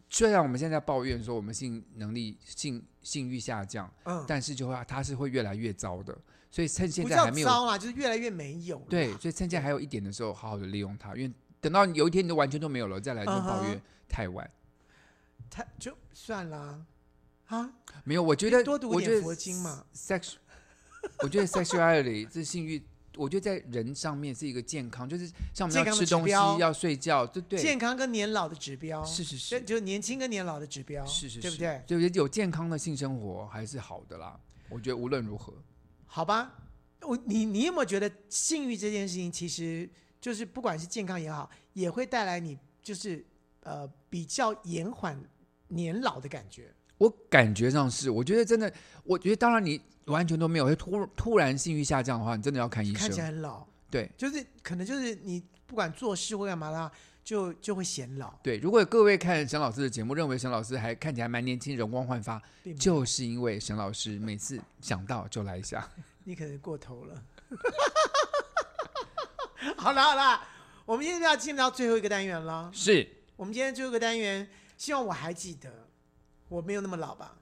虽然我们现在抱怨说我们性能力、性性欲下降，
嗯，
但是就会它是会越来越糟的。所以趁现
不
在
叫
还没有
糟啦，就是越来越没有啦，
对，所以趁现在还有一点的时候，好好的利用它，因为等到有一天你都完全都没有了，再来就抱
嗯
怨太晚。
他就算了啊，
没有，我觉得
多读
我
点
觉得
佛经嘛
Sex，我觉得 sexuality 这性欲，我觉得在人上面是一个健康，就是像我们
健
要
康
吃
的指
东西、
标
要睡觉，对对，
啊健康跟年老的指标
是是
就是就年轻跟年老的指标，
是是，
对不
是
对？
就是有健康的性生活还是好的啦。我觉得无论如何，
好吧，我你你有没有觉得性欲这件事情，其实就是不管是健康也好，也会带来你就是呃比较延缓年老的感觉。
我感觉上是，我觉得真的，我觉得当然你完全都没有，会突突然性欲下降的话，你真的要看医
看起来
生。
很老，
对
就是可能就是你不管做事或干嘛啦，就就会显老，
对，如果各位看沈老师的节目，认为沈老师还看起来蛮年轻，容光焕发，
并没有
就是因为沈老师每次想到就来 一下。
你可能过头了。 好了好了，我们今天要进到最后一个单元了。
是，
我们今天最后一个单元，希望我还记得，我没有那么老吧？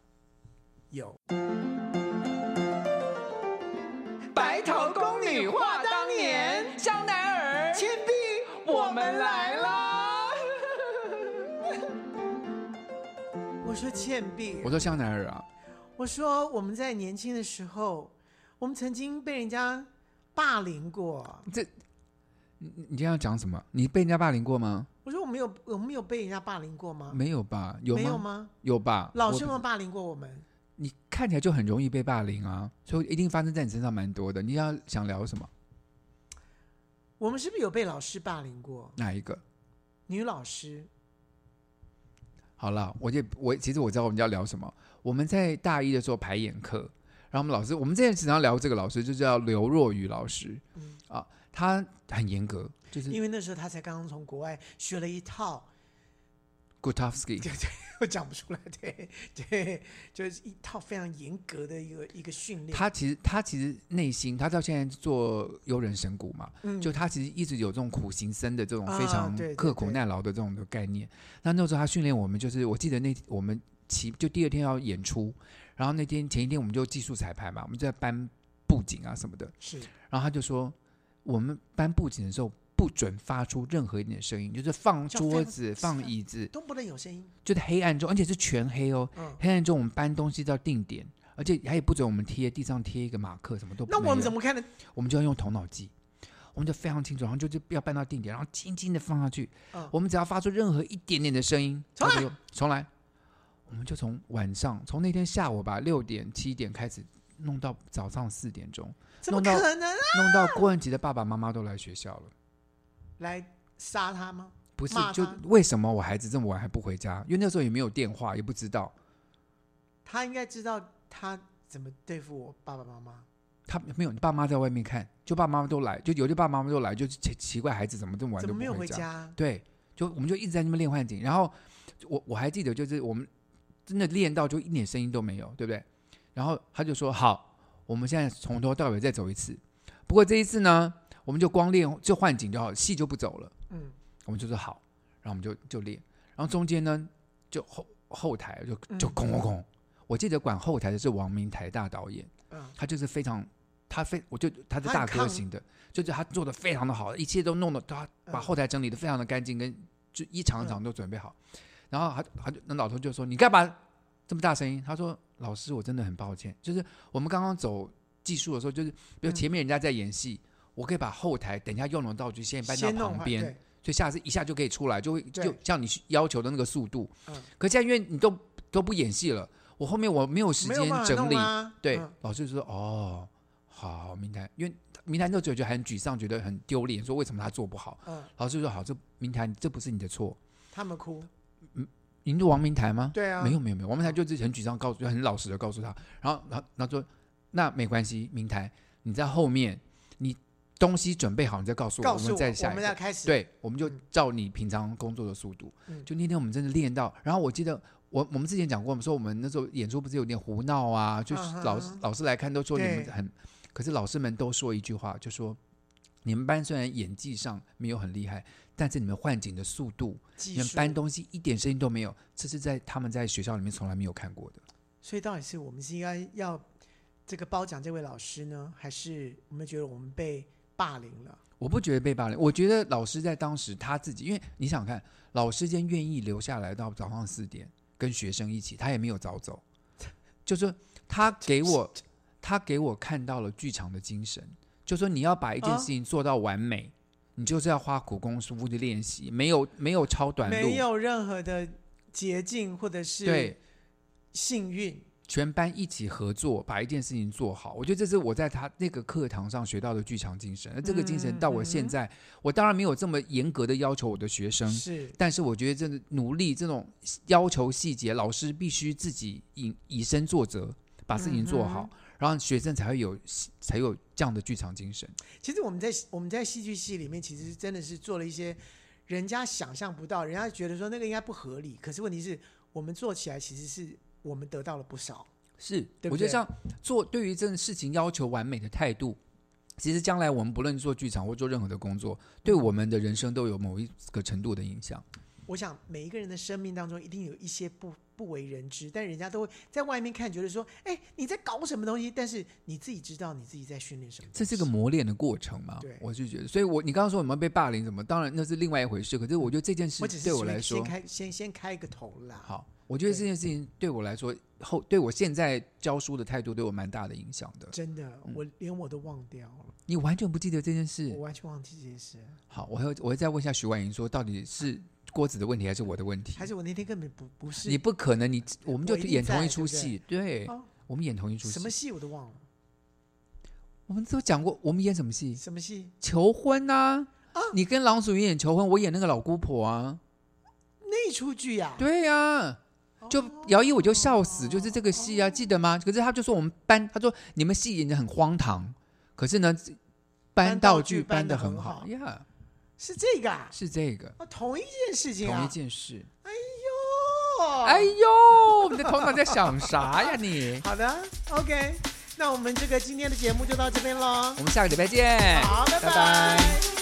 有。
白
头宫女话当年，
香奈儿
铅笔，我们来
啦！
我说倩碧，
我说香奈儿啊，
我说我们在年轻的时候，我们曾经被人家霸凌过。
你你今天要讲什么？你被人家霸凌过吗？
我说我们有我们有被人家霸凌过吗？
没有吧？有吗？
没有吗？
有吧？
老
我
师
不
们霸凌过我们。
你看起来就很容易被霸凌啊，所以一定发生在你身上蛮多的。你要想聊什么？
我们是不是有被老师霸凌过？
哪一个？
女老师，
好了，我也我其实我知道我们要聊什么。我们在大一的时候排演课，然后我们老师，我们之前经常聊这个老师，就叫刘若雨老师，
嗯
啊，他很严格，就是
因为那时候她才刚刚从国外学了一套，
Gutowski，
我讲不出来，对 对，就是一套非常严格的一个一个训练。
他其实他其实内心，他到现在做悠人神鼓嘛，
嗯
就他其实一直有这种苦行僧的这种非
啊
常
对对
刻苦
对
耐劳的这种的概念。那那时候他训练我们，就是我记得那我们其就第二天要演出，然后那天前一天我们就技术彩排嘛，我们就在搬布景啊什么的，
是
然后他就说我们搬布景的时候。不准发出任何一点声音，就是放
叫
桌
放
子、
放
放椅子，
都不能有声音，
就在黑暗中，而且是全黑哦。
嗯。
黑暗中我们搬东西到定点，而且还也不准我们贴地上贴一个马克，什么都不
那我们怎
么？
么看呢？
我们就要用头脑记，我们就非常清楚，然后就是要搬到定点，然后轻轻的放下去。
嗯
我们只要发出任何一点点的声音，
重来
它就重来，我们就从晚上，从那天下午吧，六点七点开始。弄到早上四点钟，
怎么
弄到
可能啊？
弄到郭文吉的爸爸妈妈都来学校了。
来杀他吗？
不是
骂，
就
他
为什么我孩子这么晚还不回家？因为那时候也没有电话，也不知道。
他应该知道他怎么对付我爸爸妈妈。
他没有，你爸妈在外面看，就爸妈都来，就有的爸妈都来，就奇奇怪孩子怎么这么晚
怎
都
么没有
不
回
家？
家？
对，就我们就一直在那边练幻景，然后我我还记得就是我们真的练到就一点声音都没有，对不对？然后他就说好，我们现在从头到尾再走一次，不过这一次呢，我们就光练就幻景就好，戏就不走了。
嗯，
我们就说好，然后我们就就练，然后中间呢就后后台就就
嗯
空空空，我记得管后台的是王明台大导演，
嗯
他就是非常他非我就他是
他很
大哥
抗
型的，就是他做的非常的好，一切都弄得他把
嗯
后台整理的非常的干净，跟就一场一场都准备好，然后他他就那老头就说你干嘛这么大声音？他说老师我真的很抱歉，就是我们刚刚走技术的时候，就是比如
嗯
前面人家在演戏。我可以把后台等一下用的道具先搬到
先弄
旁
坏
边，
对
所以下次一下就可以出来，就会
对
就像你要求的那个速度。
嗯
可现在因为你都都不演戏了，我后面我没有时
没有办
间
法
整理。
弄啊
对，
嗯
老师就说哦，好，明台，因为明台那时候觉得很沮丧，觉得很丢脸，说为什么他做不好。
嗯，
老师就说好，这明台这不是你的错，
他们哭，
您是王明台吗？
对啊，
没有没有没有，王明台就是很沮丧，告诉就很老实的告诉他，然后然后然后说那没关系，明台你在后面，你东西准备好你再告诉我，
告诉
们再
我
下一
们
个
要开始，
对，我们就
嗯
照你平常工作的速度。
嗯
就那天我们真的练到，然后我记得我我们之前讲过，我们说我们那时候演出不是有点胡闹啊，就是
嗯哼
老师、老师来看都说你们
对
很，可是老师们都说一句话，就说你们班虽然演技上没有很厉害，但是你们换景的速度，
技
你们
术。
搬东西一点声音都没有，这是在他们在学校里面从来没有看过的。
所以到底是我们是应该要这个褒奖这位老师呢，还是我们觉得我们被霸凌了？
我不觉得被霸凌，我觉得老师在当时他自己，因为你想想看，老师间愿意留下来到早上四点，跟学生一起，他也没有早走，就说他 给我，他给我看到了剧场的精神，就说你要把一
哦
件事情做到完美，你就是要花苦功夫去练习，没有没有超短路，
没有任何的捷径或者是
对，
幸运。
全班一起合作把一件事情做好。我觉得这是我在他那个课堂上学到的剧场精神，而这个精
嗯
神到我现在，我当然没有这么严格的要求我的学生，
是
但是我觉得这个努力这种要求细节，老师必须自己以以身作则，把事情做
嗯
好，然后学生才会有才有这样的剧场精神。
其实我们在我们在戏剧系里面，其实真的是做了一些人家想象不到，人家觉得说那个应该不合理，可是问题是我们做起来其实是我们得到了不少。
是，
对不
我觉得
对
像做对于这件事情要求完美的态度，其实将来我们不论做剧场或做任何的工作，对我们的人生都有某一个程度的影响。
我想每一个人的生命当中一定有一些不不为人知，但人家都会在外面看，觉得说，哎，你在搞什么东西？但是你自己知道你自己在训练什么东
这
西。
是个磨练的过程嘛
对？
我就觉得，所以我你刚刚说有没有被霸凌什么，当然那是另外一回事。可是我觉得这件事
我只是
对我
先
来说
先，开先先开一个头啦。
好，我觉得
对
这件事情对我来说后对我现在教书的态度对我蛮大的影响的。
真的，我连我都忘掉了，
你完全不记得这件
我
事？
完全忘记这件事了，
好，我会我会再问一下徐婉莹说，到底是郭子的问题还是我的问题？
还是我那天根本不不是
你不可能，你我们就
我一定
演同
在
一出
对不对
戏，对
哦
我们演同一出戏。
什么戏我都忘了，
我们都讲过，我们演什么戏？
什么戏？
求婚呐、啊！你跟郎祖筠演求婚，我演那个老姑婆啊。
那一出剧啊哦呀、
对呀、就姚一我就笑死，就是这个戏啊，记得吗？可是他就说我们班，他说你们戏演的很荒唐，可是呢，搬道具搬的很好
搬道具
呀
是这个啊，
是这个
哦，同一件事情啊，
同一件事。
哦，
哎呦，你的头脑在想啥呀你？
好的，OK，那我们这个今天的节目就到这边喽
我，们下个礼拜见，
好，拜
拜
拜